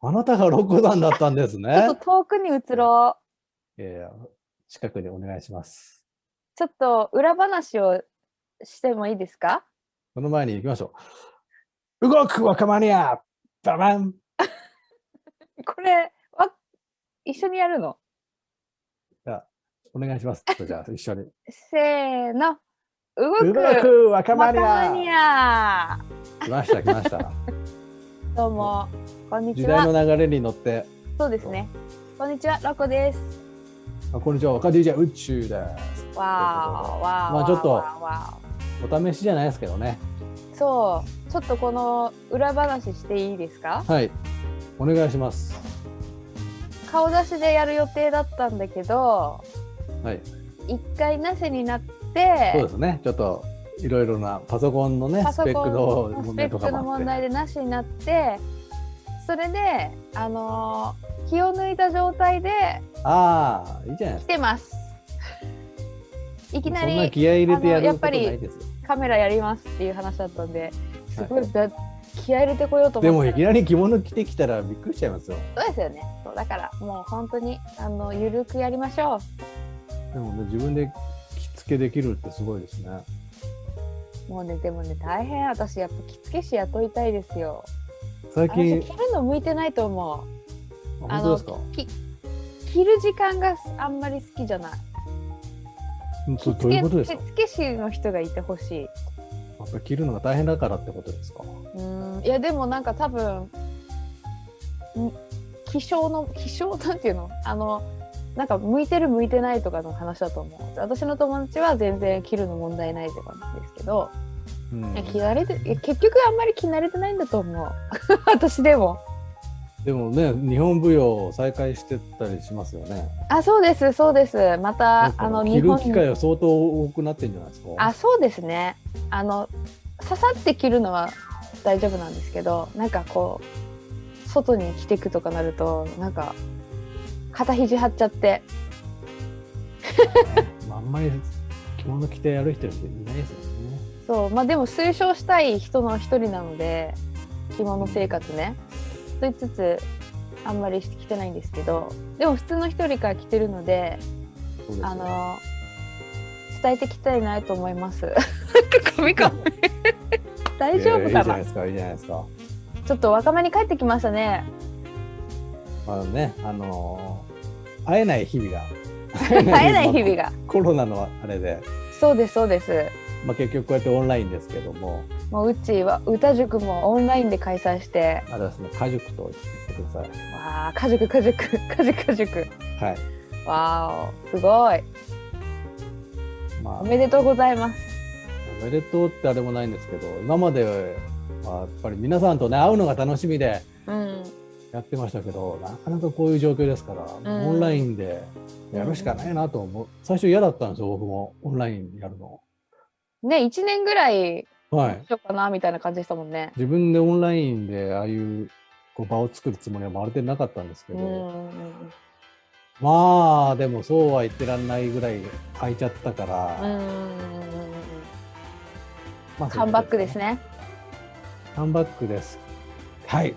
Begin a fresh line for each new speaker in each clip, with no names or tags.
あなたが6段だったんです
ちょっ
ね
と。遠くに移ろう。
いやいや近くでお願いします。
ちょっと裏話をしてもいいですか
この前に行きましょう。動く若マニアババン
これわ一緒にやるの
お願いします。じゃあ一緒に。
せーの
動
動く
く若マ
マ
ニ
ニ
ア
ア
来ました来ました。
どうもこんに
時
ち
代
は
の流れに乗って、
そうですねこんにちはロコです
あこんにちは、若 DJ 宇宙です。
わーわーわー
まあちょっと
わーわ
お試しじゃないですけどね。
ーそうちょっとこの裏話していいですか
はい。お願いします。
顔出しでやる予定だったんだけど
はい。
一回なしになって
そうですね。ちょっといろいろなパソコンのね、
パ
ス
ソ
ペッ
コ
クの
ンの
問
スペ
題と
ッ
か
クの
もあって
問。題でなしになってそれであのー気を抜いた状態で
ああ、いいじゃないで
来
すか。
てますいきな
そんな
り
気合い入れてや
あのや
る
っ
ことな
ぱり
いですよ。
カメラやりますっていう話だったんですごい、
は
だ気合い入れてこようと
で
思っ
も
て
いきなり着物着てきたらびっくりしちゃいますよ。
そうですよねそうだからもう本当にあのゆるくやりましょう
でもね、自分で着付けできるってすごいですね。
もうねでもね大変私やっぱ着付け師雇いたいですよ
最
私
近、
着るの向いてないと思う
あ本当ですか
き着る時間があんまり好きじゃない
うん
着
そどうい
付け
うことですか
着付け師の人がいてほしい。
やっぱり着るのが大変だからってことですか
うーんいやでもなんか多分ん気象の気象 なんていうのあのなんか向いてる向いてないとかの話だと思う。私の友達は全然着るの問題ないとかなんですけど、
うん
いや着慣れていや結局あんまり着慣れてないんだと思う。 私でも。
でもね、日本舞踊を再開してったりしますよね。
あそうですそうです。ま
なん
た
か
あの
着
日
る
本
機会
に
は相当多くなってんじゃないですか
あそうですね。あの刺さって着るのは大丈夫なんですけどなんかこう外に着てくとかなるとなんか肩肘張っちゃって
まああんまり着物着て歩いてる人いないですよね。
そうまあでも推奨したい人の一人なので着物生活ね。と言いつつあんまり着てないんですけどでも普通の人よりかは着てるので
そうですよ
あの伝えていきたいなと思います。 なんか髪か 大丈夫
いやいい
か
じゃ
な
ないですか、いいじゃないですか。
ちょっと若めに帰ってきましたね。
まあね、あのー会えない日々 が。会
会えない日々。が。
コロナのあれで、
そうです、そうです。
まあ、結局こうやってオンラインですけども、
もううちは歌塾もオンラインで開催して、
あれはですね、家塾と言ってください。
わあ、家塾、家塾、家塾、家塾。
はい。
わお、すごい。
まあ、
おめでとうございます。
おめでとうってあれもないんですけど、今まではやっぱり皆さんとね、会うのが楽しみで
うん、
やってましたけど、なかなかこういう状況ですから、
ん
オンラインでやるしかないなと思う。最初嫌だったんですよ、僕も。オンラインやるの。
ね、一年ぐらい
はい。
しようかなみたいな感じでしたもんね。
自分でオンラインでああいうこう場を作るつもりはまるでなかったんですけ
う
ど、
ん、うん
まあでもそうは言ってらんないぐらい空いちゃったか
う
ら、
ん、
まあ
カンバックです。ね。
カンバックです。はい。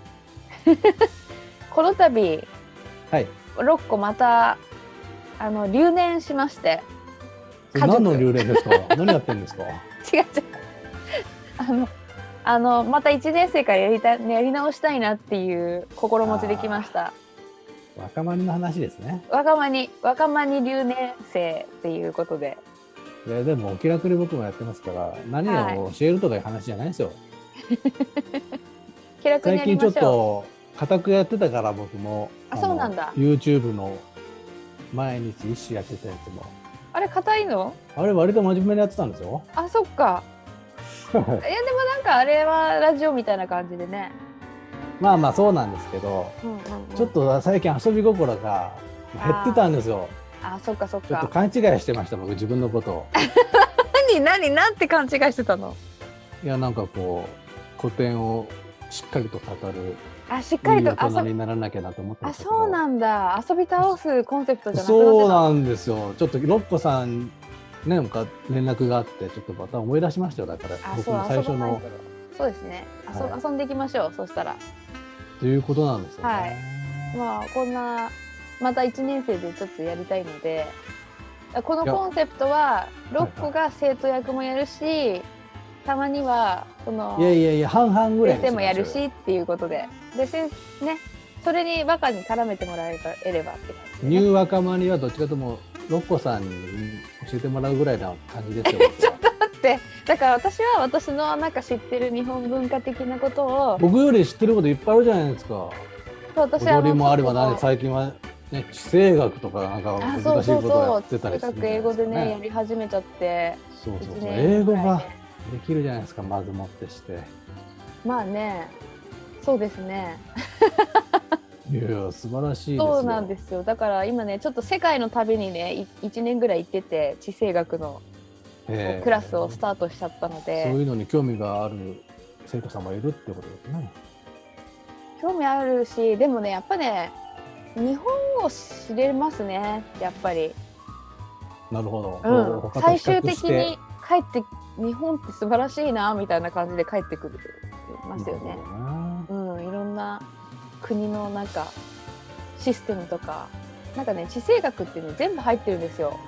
この度、
はい。
六個また。あの留年しまして。家族
何の流連ですか 何やってるんですか
違う違う。あの、あの、また一年生からやりた、やり直したいなっていう心持ちできました。
若者の話ですね。
若間に、若間に留年生っていうことで。
いやでもお気楽に僕もやってますから何を教えるとかいう話じゃないですよ、
気楽
最
にや
近
り
ちょ
ま
っ
しょ
と固くやってたから僕も
あ
の
そうなんだ
YouTube の毎日一種やってたやつも
う。あれ、硬いの。
あれ割と真面目にやってたんですよ
あ、そっか。いや、でも、なんか、あれはラジオみたいな感じでね。
まあまあそうなんですけど
うんうんうん
ちょっ。と最近遊び心が減ってたんですよ
あ、そっか、そっ
ちょっと
か。
勘違いしてました僕自分のことを
何、何、なんて勘違いしてたの。
いやなんかこう古典をしっかりと語る
あ、しっか
い
り
い
と、
大
あ、
人
そ
にならなきゃなと思ってま
あ、
したけど
そうなんだ。遊び倒すコンセプトじゃなくなってた。
そうなんですよ。ちょっとロッコさんね、なんか連絡があって、ちょっとまた思い出しましたよ。だから
あ、
僕
そう
の、最初
遊ばない
の
とそうですね。遊、
はい
遊んでいきましょう。そしたら。
ということなんですよね。
はいまあこんなまた1年生でちょっとやりたいのでこのコンセプトはロッコが生徒役もやるしたまにはその
いやいやいや、半々ぐらい
先
に
生
し
も
ま
や
しょう
るしっていうことでで先ねそれにバカに絡めてもらえればって感じ
ニュ
でね、
ーワカマにはどっちかともロッコさんに教えてもらうぐらいな感じですよ。
だってだから私は私のなんか知ってる日本文化的なことを
僕より知ってることいっぱいあるじゃないですか。
私は
踊りもあれば
の
な最近は、ね、地政学とかなんか
あそ
難
う
しい
そう
ことをや
そ
っ
う
てた
と
り
に
す
か
るん
く
じゃな
英
いですか
語でねや
ね。
り始めちゃって
そうそう
1
そう
年
英
ぐ
語
らい
が
で
できるじゃないですかまずもってして。
まあねそうですね
いやいや素晴らしいですよ。
そうなんですよだから今ねちょっと世界の旅にね1年ぐらい行ってて地政学の
へえ
クラスをスタートしちゃったの
そ
で
ういうのに興味がある生徒さんもいるってことですね。
興味あるしでもねやっぱね日本を知れますねやっぱり、
なるほど。
う
こ
ん、
他と
最
比較
終的
して
に帰って日本って素晴らしいなみたいな感じで帰ってくるますよ
な
ね
る、ほどね
うん、いろんな国のなんかシステムとかなんかね地政学っていうの全部入ってるんですよ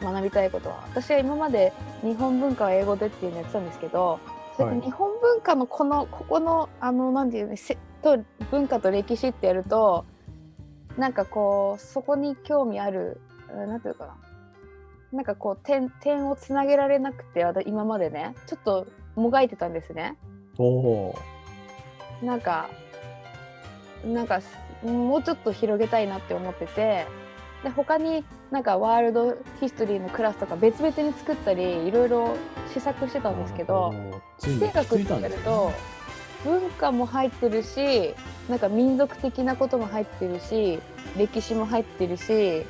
学びたいことは私は今まで日本文化は英語でっていうのやってたんですけどそれで
はい
日本文化のこのここのあのなんていうのせと文化と歴史ってやるとなんかこうそこに興味あるうんなんていうのかななんかこう点点をつなげられなくて私今までねちょっともがいてたんですね。
おお
なんかなんかすもうちょっと広げたいなって思っててで他になんかワールドヒストリーのクラスとか別々に作ったりいろいろ試作してたんですけど
ついに
地政学
着
っ
い
て
た
や
んで
る
す
と
よ
文化も入ってるしなんか民族的なことも入ってるし歴史も入ってるし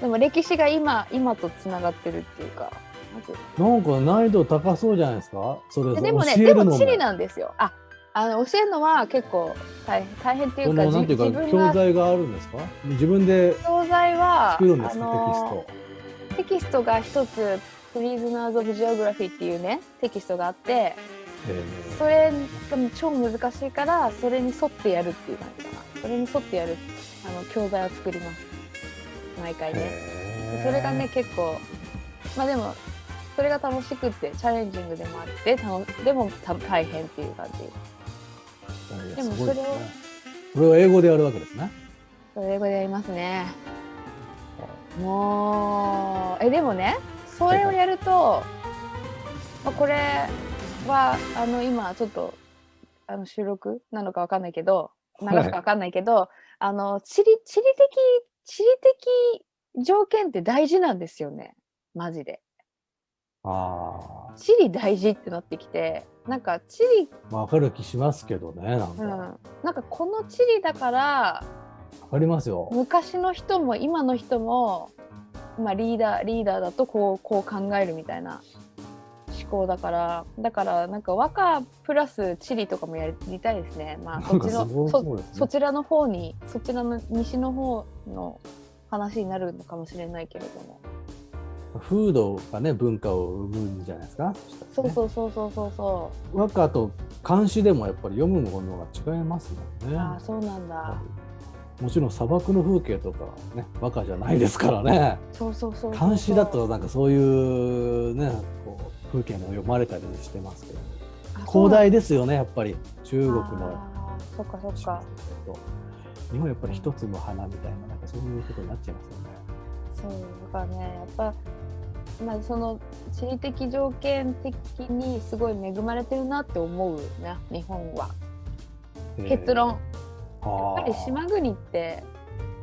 でも歴史が今今とつながってるっていうか。なんていう
な
の
んか難易度高そうじゃないですかそれ
ででもね、
教え
で
るの
も地理なんですよ。あ、あの教えるのは結構大変大変ってい
そう
か、
の
じ
なんていう
自
か
分
教
が
材があるんですか自分で
教材は
作るんです
あ
か、
の
テキス
テキストが一つ「Prisoners of Geography」っていうねテキストがあって
ト、え
それが超難しいからそれに沿ってやるっていう感じかなそれに沿ってやるあの教材を作ります毎回
ー
ね
へー
それがね結構まあでもそれが楽しくてチャレンジングでもあってたのでもた大変っていう感じ
いや
でも
すごいすね
それを
それを英語でやるわけですね
それでやりますねもうえでもねそれをやると、まあ、これはあの今ちょっとあの収録なのかわかんないけど流
い
すかわかんないけど、あの地理地理的地理的条件って大事なんですよねマジで。
あ
地理大事ってなってきてなんか地理
あわかる気しますけどねなんか
うん
わ、
なんかこの地理だから
かりますよ、
昔の人も今の人も、まあ、リーダーリーダーだとこうこう考えるみたいな思考だからだからなんか和歌プラス地理とかもやりたいですねまあ
な
そ
ん
っ
か
ち
す
の
ごい
そ
そうです
そ
ね
ちらの方にそちらの西の方の話になるのかもしれないけれども
風土がね文化を生むんじゃないですかしたらね
そうそうそうそうそうそ
和歌と漢詩でもやっぱり読むものが違いますもん
う
ね
ああそうなんだ
もちろん砂漠の風景とかね和歌じゃないですからね
そうそうそうそう
監視だとなんかそういうねこう風景も読まれたりしてますけど
あそう
広
なんだ
大ですよねやっぱり中国の
あーそっかそっか
日本やっぱり一つの花みたいななんかそういうことになっちゃいますよね
そうだからねやっぱ、まあ、その地理的条件的にすごい恵まれてるなって思うな日本は。
えー
結論や
あ
っぱり
ー
島国って、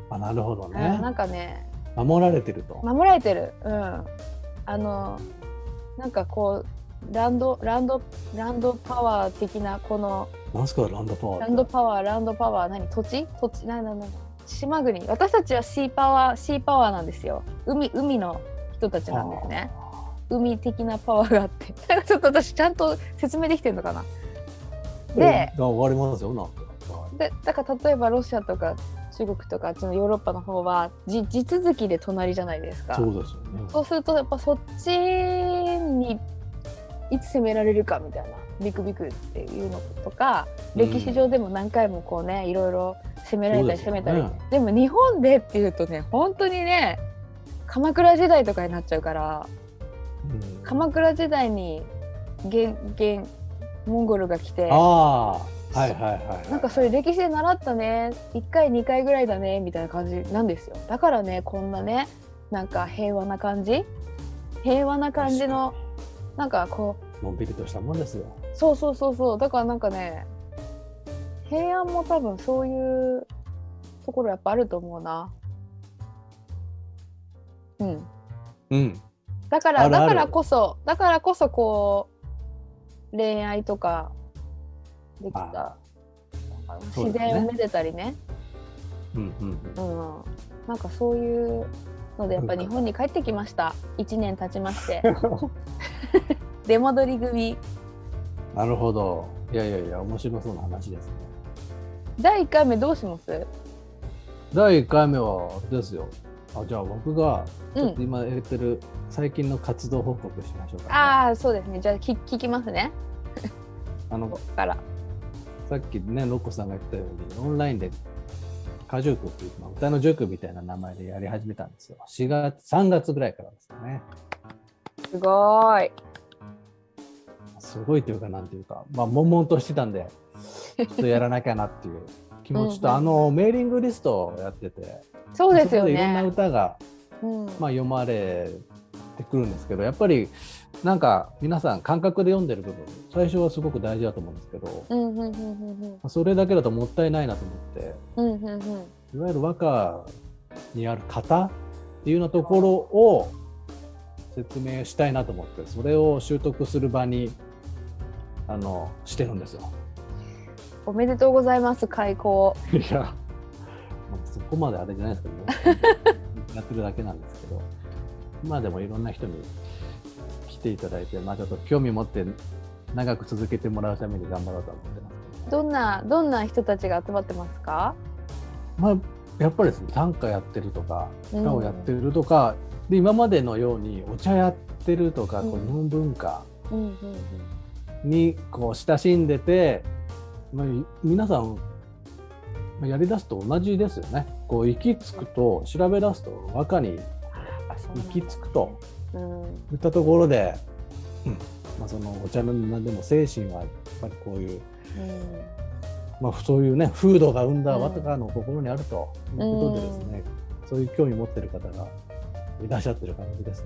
あなるほど
うん
ね
なんかね
守られてると、
守られてる、うん、あのなんかこうランドランドランドパワー的なこの
なんすかランドパワー
ランドパワーランドパワー何土地土地なんなんなん島国私たちはシーパワーシーパワーなんですよ海海の人たちなんですね海的なパワーがあって なんかちょっと私ちゃんと説明できてるのかなで
あ終わりますよなんか
でだから例えばロシアとか中国とかあっちのヨーロッパの方はじ地続きで隣じゃないですか
そうですよね
そうするとやっぱそっちにいつ攻められるかみたいなビクビクっていうのとか
うん
歴史上でも何回もこうねいろいろ攻められたり
そうで
攻め
すよ
た
ね
りで,、も日本でっていうとね本当にね鎌倉時代とかになっちゃうから
うん
鎌倉時代に元元モンゴルが来て
ああはいはいはい
なんかそういう歴史で習ったね1回2回ぐらいだねみたいな感じなんですよだからねこんなねなんか平和な感じ平和な感じのなんかこう
のんびりとしたもんですよ
そうそうそうそうだからなんかね平安も多分そういうところやっぱあると思うなうん
うん
だから
あるある
だからこそだからこそこう恋愛とかできた
そう
自
ですね
然をめでたりね
うんうんうん
うん、なんかそういうのでやっぱ日本に帰ってきました1年経ちまして 出戻り組
なるほどいやいやいや面白そうな話ですね
第1回目どうします
第1回目はですよあじゃあ僕が
う
ちょっと
ん
今やってる最近の活動報告しましょうか、ねあ
ああそうですねじゃあ聞聞きますね
の
ここから
さっきねロッコさんが言ったようにオンラインで歌塾っていう、まあ、歌の塾みたいな名前でやり始めたんですよ4月3月ぐらいからですよね
すごーい
すごいというかなんていうかまあ悶々としてたんでちょっとやらなきゃなっていう気持ちと
うんうん
あのメーリングリストをやってて
そうですよ
こでいろんな
ね
歌が
うん
まあ、読まれてくるんですけどやっぱりなんか皆さん感覚で読んでる部分最初はすごく大事だと思うんですけど
うんうんうんうん
それだけだともったいないなと思って
うんうんうんうん
いわゆる和歌にある型っていうようなところを説明したいなと思ってそれを習得する場にあのしてるんですよ。
おめでとうございます開校
いやまあそこまであれじゃないですけどねやってるだけなんですけどまあでもいろんな人に来ていただいてまあちょっと興味持って長く続けてもらうために頑張ろうとは思ってますけど、
どんなどんな人たちが集まってますか
まあやっぱりですね短歌やってるとか
うん
歌をやってるとか、で今までのようにお茶やってるとか、こ
う
うん日本文化
うんうん
にこう親しんでて、まあ、い皆さんまあやりだすと同じですよね。こう行き着くと調べ出すと和歌に
あそうなん
行き
だ
着くと
うん
いったところで、うんまあ、そのお茶の何でも精神はやっぱりこういう、
うん
まあ、そういうね風土が生んだ
うん
和歌の心にあるということでですね、そういう興味持ってる方がいらっしゃってる感じです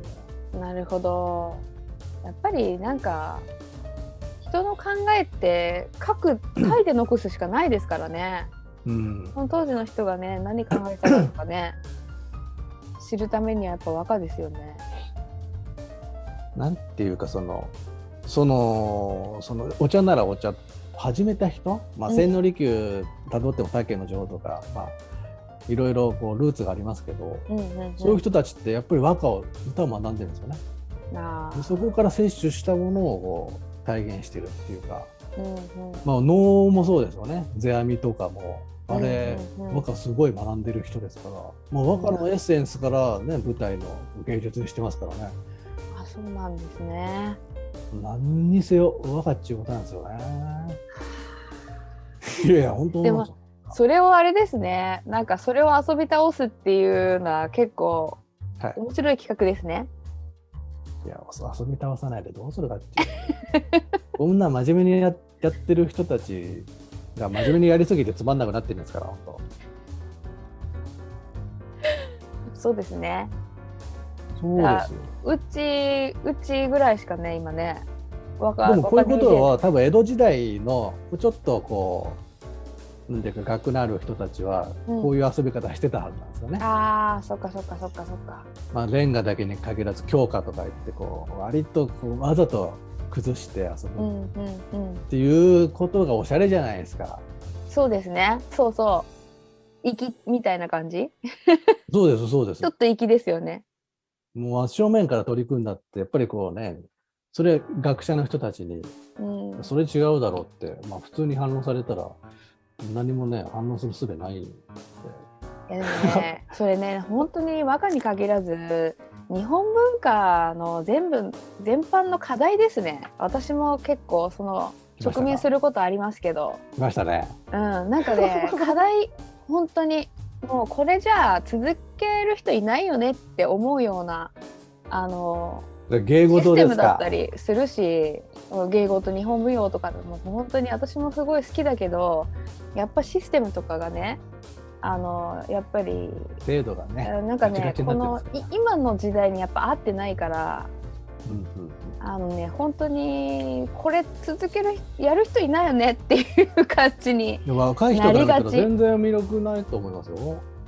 ね。
なるほどやっぱりなんか人の考えって書く書いて残すしかないですからね
うん
その当時の人がね何考えてたのか ね知るためにはやっぱ和歌ですよね
なんていうかそのそのそのお茶ならお茶始めた人、まあ、
うん
千利休たどっても竹の情とか、まあ、いろいろこうルーツがありますけど、
うんうん、うん、
そういう人たちってやっぱり和歌を歌を学んでるんですよね。
なあ
でそこから摂取したものをこう体現してるっていうか、
うんうん
まあ、能もそうですよね世阿弥とかもあれ、
うんうんうん
和歌すごい学んでる人ですから、まあ、和歌のエッセンスから、ね、舞台の芸術にしてますからね
あそうなんですね
何にせよ和歌っちゅうことなんですよね。いやいや本当思いますよ
それをあれですねなんかそれを遊び倒すっていうのは結構
はい
面白い企画ですね、
いや遊び倒さないでどうするかっていう こんな真面目にややってる人たちが真面目にやりすぎてつまんなくなってるんですから本当。
そうですね
そうですよ
うちうちぐらいしかね今ね若
でもこういうこ
若手
とは多分江戸時代のちょっとこうなんていうか学のある人たちは
うん
こういう遊び方してたはずなんですよね。
ああそっかそっかそっかそっか
まあ、レンガだけに限らず強化とか言ってこう割とこうわざと崩して遊
う
ぶっ
んうんうん
ていうことがおしゃれじゃないですか。
そうですねそうそう粋みたいな感じ
そうですそうです
ちょ。っと粋ですよね
もう真正面から取り組んだってやっぱりこうねそれ学者の人たちに
うん
それ違うだろうって、まあ、普通に反論されたら何もね反論する術ないんで。
いやでもねそれね本当に和歌に限らず日本文化の全部全般の課題ですね私も結構その
来ましたか
直面することありますけど、
来ましたね。
うん、なん かね課題本当にもうこれじゃあ続ける人いないよねって思うようなあの
芸
シ
事
ステ
で
ム
す
だっ
か
た。りするし芸事日本舞踊とかでも本当に私もすごい好きだけどやっぱシステムとかがねあのやっぱり
制度がね。
なんか
ガ
ね
チガチ
こ
になっ
の
てるんで
い
す
今の時代にやっぱ合ってないから
うんうんうん
あのね本当にこれ続ける人やる人いないよねっていう感じに
でも若い人から見た
な
ら
りがち
全然魅力ないと思いますよ。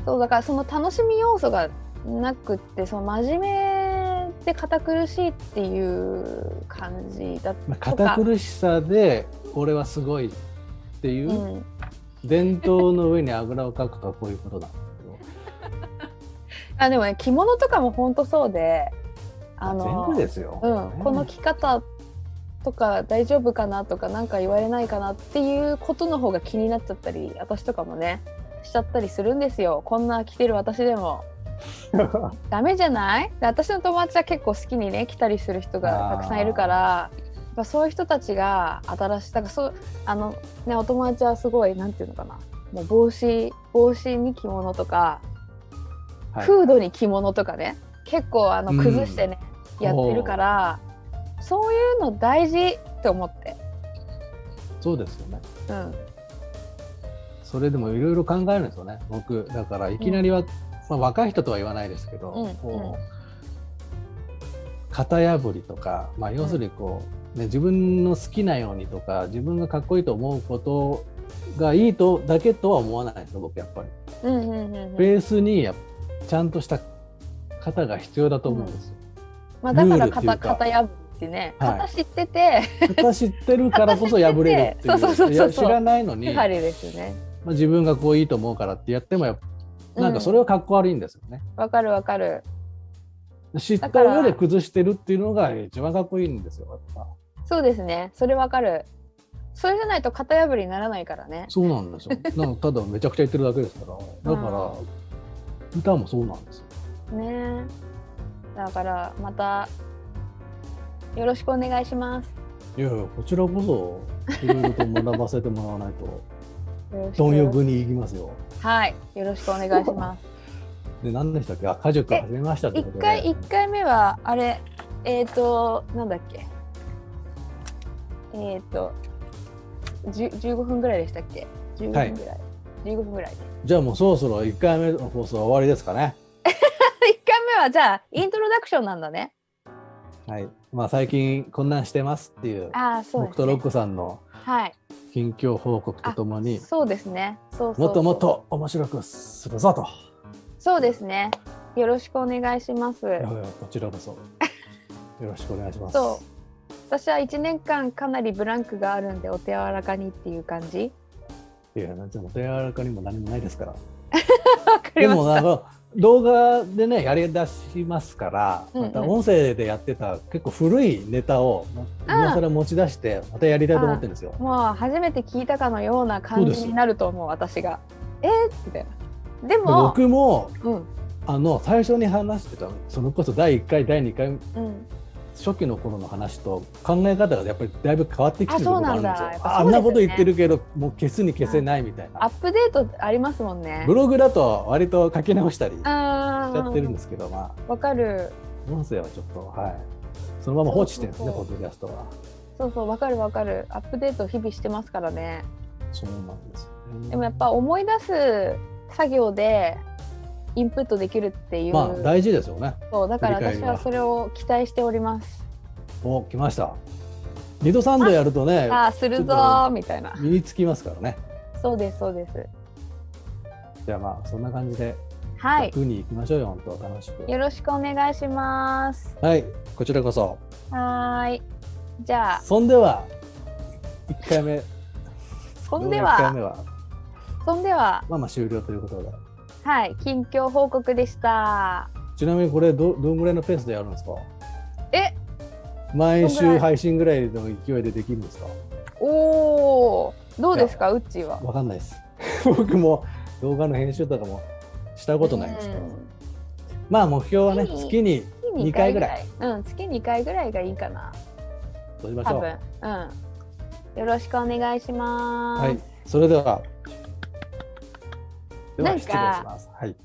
そうだからその楽しみ要素がなくってその真面目で堅苦しいっていう感じだっ
まあ堅苦しさで俺はすごいってい
た、
う
うん、
伝統の上にあぐらをかくとはこういうことなんですけど
あでもね着物とかも本当そうであの
全部ですよ。
うん、この着方とか大丈夫かなとか何か言われないかなっていうことの方が気になっちゃったり私とかもねしちゃったりするんですよこんな着てる私でも。ダメじゃないで私の友達は結構好きにね来たりする人がたくさんいるからやっぱそういう人たちが新しいだからそうあのねお友達はすごいなんていうのかなもう帽子帽子に着物とか、
はい
フードに着物とかね結構あの
うん
崩してね、やってるからそういうの大事って思って、
そうですよね。
うん、
それでもいろいろ考えるんですよね。僕だからいきなりは、まあ若い人とは言わないですけど、
うん
こう型破りとか、まあ要するにこう、ね自分の好きなようにとか、自分がかっこいいと思うことがいいとだけとは思わないですよ。僕やっぱり。
うんうんうんうん
ベースにやっぱちゃんとした型が必要だと思うんですよ。
まあだから
ルールっていうか
型破りってね
はい
型知ってて、
型知ってるからこそ破れるってい
そうそうそうそう
う。いや知らないのに、
手
ま
張
あ、
りですよね。
自分がこういいと思うからってやってもやっぱ
うん
なんかそれはかっこ悪いんですよね。
わかるわかる。
知った上で崩してるっていうのが一番かっこいいんですよ。やっぱ
そうですね。それわかる。それじゃないと型破りにならないからね。
そうなんですよ。 なんかただめちゃくちゃ言ってるだけですから。だから歌もそうなんですよ。
ねえ。だからまたよろしくお願いします。
いやいやこちらこそいろいろと学ばせてもらわない と
よろしく
貪欲に行きますよ。
はい。よろしくお願い します。
で何でしたっけ？あ家塾始めましたって
一
ことで。
回一回目はあれえっ、ー、となんだっけ。えっ、ー、と十十五分ぐらいでしたっけ？十五分ぐらい。十、5五分ぐらい で。
じゃあもうそろそろ一回目の放送は終わりですかね。
一回目はじゃあイントロダクションなんだね。
はい。まあ最近こんなんしてますっていう
ああそうで
僕
す、
と
ね。
ロッコさんの
はい。
近況報告とともに
そうですね。そうそうそう
もっともっと面白くするぞと。
そうですね。よろしくお願いします。
いやいやこちらこそよろしくお願いします。
そう。私は1年間かなりブランクがあるんでお手柔らかにっていう感じ。
いやなんてもう手柔らかにも何もないですから。
わかり
で
ま
も
し
あ
た。
の動画でねやりだしますから、
うんうん
また音声でやってた結構古いネタをもう
ああ
今更持ち出してまたやりたいと思ってるんですよ。
もう初めて聞いたかのような感じになると思う私が。えー、みたいな。で
で
も、
僕も
うん
あの最初に話してたそれこそ第1回第2回
うん。
初期の頃の話と考え方がやっぱりだいぶ変わってきてるところがあるんですよ。
あそうなんだやっぱ
あ
そうんですよね
なこと言ってるけどもう消すに消せないみたい
アッ
な。
プデートありますもんね
ブ。ログだと割と書き直したりしち
あ
ゃってるん
あ
で。すけどまあ
わかる。
音声はちょっとはいそのまま放置してるんですね
そうそ
ポ
う
ッドキャストは
そうそうわかるわかる。アップデート日々してますからね。
そうなんですよね
でもやっぱ思い出す作業でインプットできるっていう。
まあ大事ですよね
そうだから
振り返
私
りは
はそれを期待しております。
お来ました二度三度やるとね
ああするぞーみたいな。
身につきますからね
そうですそうです。
じゃあまあそんな感じで
はい。
楽に行きましょうよ、本当楽しく
よろしくお願いします。
はいこちらこそ
はーい。じゃあ
そんでは1回目
そんで
1回
は
目は
そんでは
まあまあ終了ということで
はい近況報告でした。
ちなみにこれどどんぐらいのペースでやるんですか
え
毎
どんぐら
週
い
配信ぐらいの勢いでできるんですか
おおどうですかウッチーは。
わかんないです 僕も動画の編集とかもしたことないですけど、
うん
まあ目標はね
はい
月に
月2回ぐらいうん月2回ぐらいがいいかな
そうしまし
多
ょう。
分うんよろしくお願いします、
はい、それでは。では
なんか
失礼します。はい。